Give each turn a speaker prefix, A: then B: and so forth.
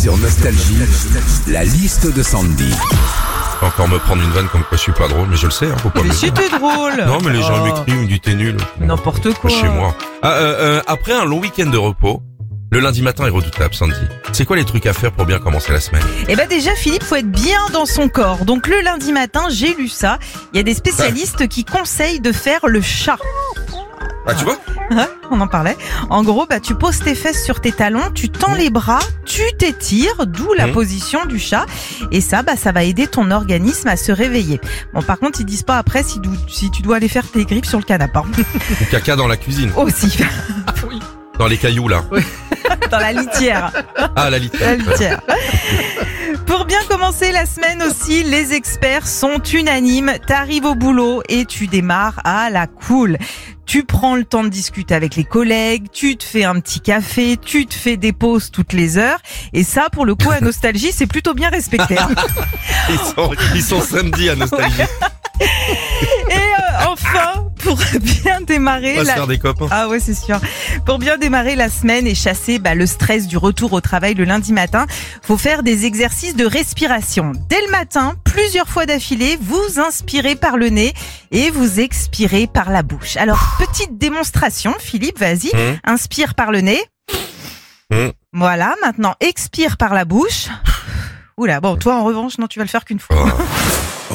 A: Sur Nostalgie, la liste de Sandy.
B: Faut encore me prendre une vanne comme quoi je suis pas drôle, mais je le sais, hein, faut pas me
C: Mais
B: le
C: c'était drôle
B: Non, mais les gens
C: Oh,
B: m'écrivent, ils me disent t'es nul.
C: N'importe quoi
B: Chez moi. Ah, euh, euh, après un long week-end de repos, le lundi matin est redoutable, Sandy. C'est quoi les trucs à faire pour bien commencer la semaine
C: Eh ben déjà, Philippe, faut être bien dans son corps. Donc le lundi matin, j'ai lu ça. Il y a des spécialistes qui conseillent de faire le chat.
B: Ah, tu vois
C: Ouais, On en parlait. En gros, bah, tu poses tes fesses sur tes talons, tu tends les bras, tu t'étires, d'où la
B: Mhm.
C: position du chat. Et ça, bah, ça va aider ton organisme à se réveiller. Bon, par contre, ils disent pas après si, dou- si tu dois aller faire tes grippes sur le canapé. hein.
B: Ou caca dans la cuisine,
C: Aussi,
B: dans les cailloux là.
C: dans la litière.
B: Ah, la litière.
C: La litière. Pour bien commencer la semaine aussi, les experts sont unanimes. T'arrives au boulot et tu démarres à la cool. Tu prends le temps de discuter avec les collègues, tu te fais un petit café, tu te fais des pauses toutes les heures. Et ça, pour le coup, à Nostalgie, c'est plutôt bien respecté.
B: Ils sont, ils sont samedi à Nostalgie.
C: Et euh, enfin, pour bien
B: On
C: démarrer
B: va se
C: la,
B: faire des copains.
C: Ah ouais, c'est sûr. Pour bien démarrer la semaine et chasser bah, le stress du retour au travail le lundi matin, faut faire des exercices de respiration. Dès le matin, plusieurs fois d'affilée, vous inspirez par le nez et vous expirez par la bouche. Alors, petite démonstration, Philippe, vas-y.
B: Hum,
C: Inspire par le nez.
B: hum.
C: Voilà, maintenant expire par la bouche. Oula, bon, toi en revanche, non, tu vas le faire qu'une fois.
B: Oh.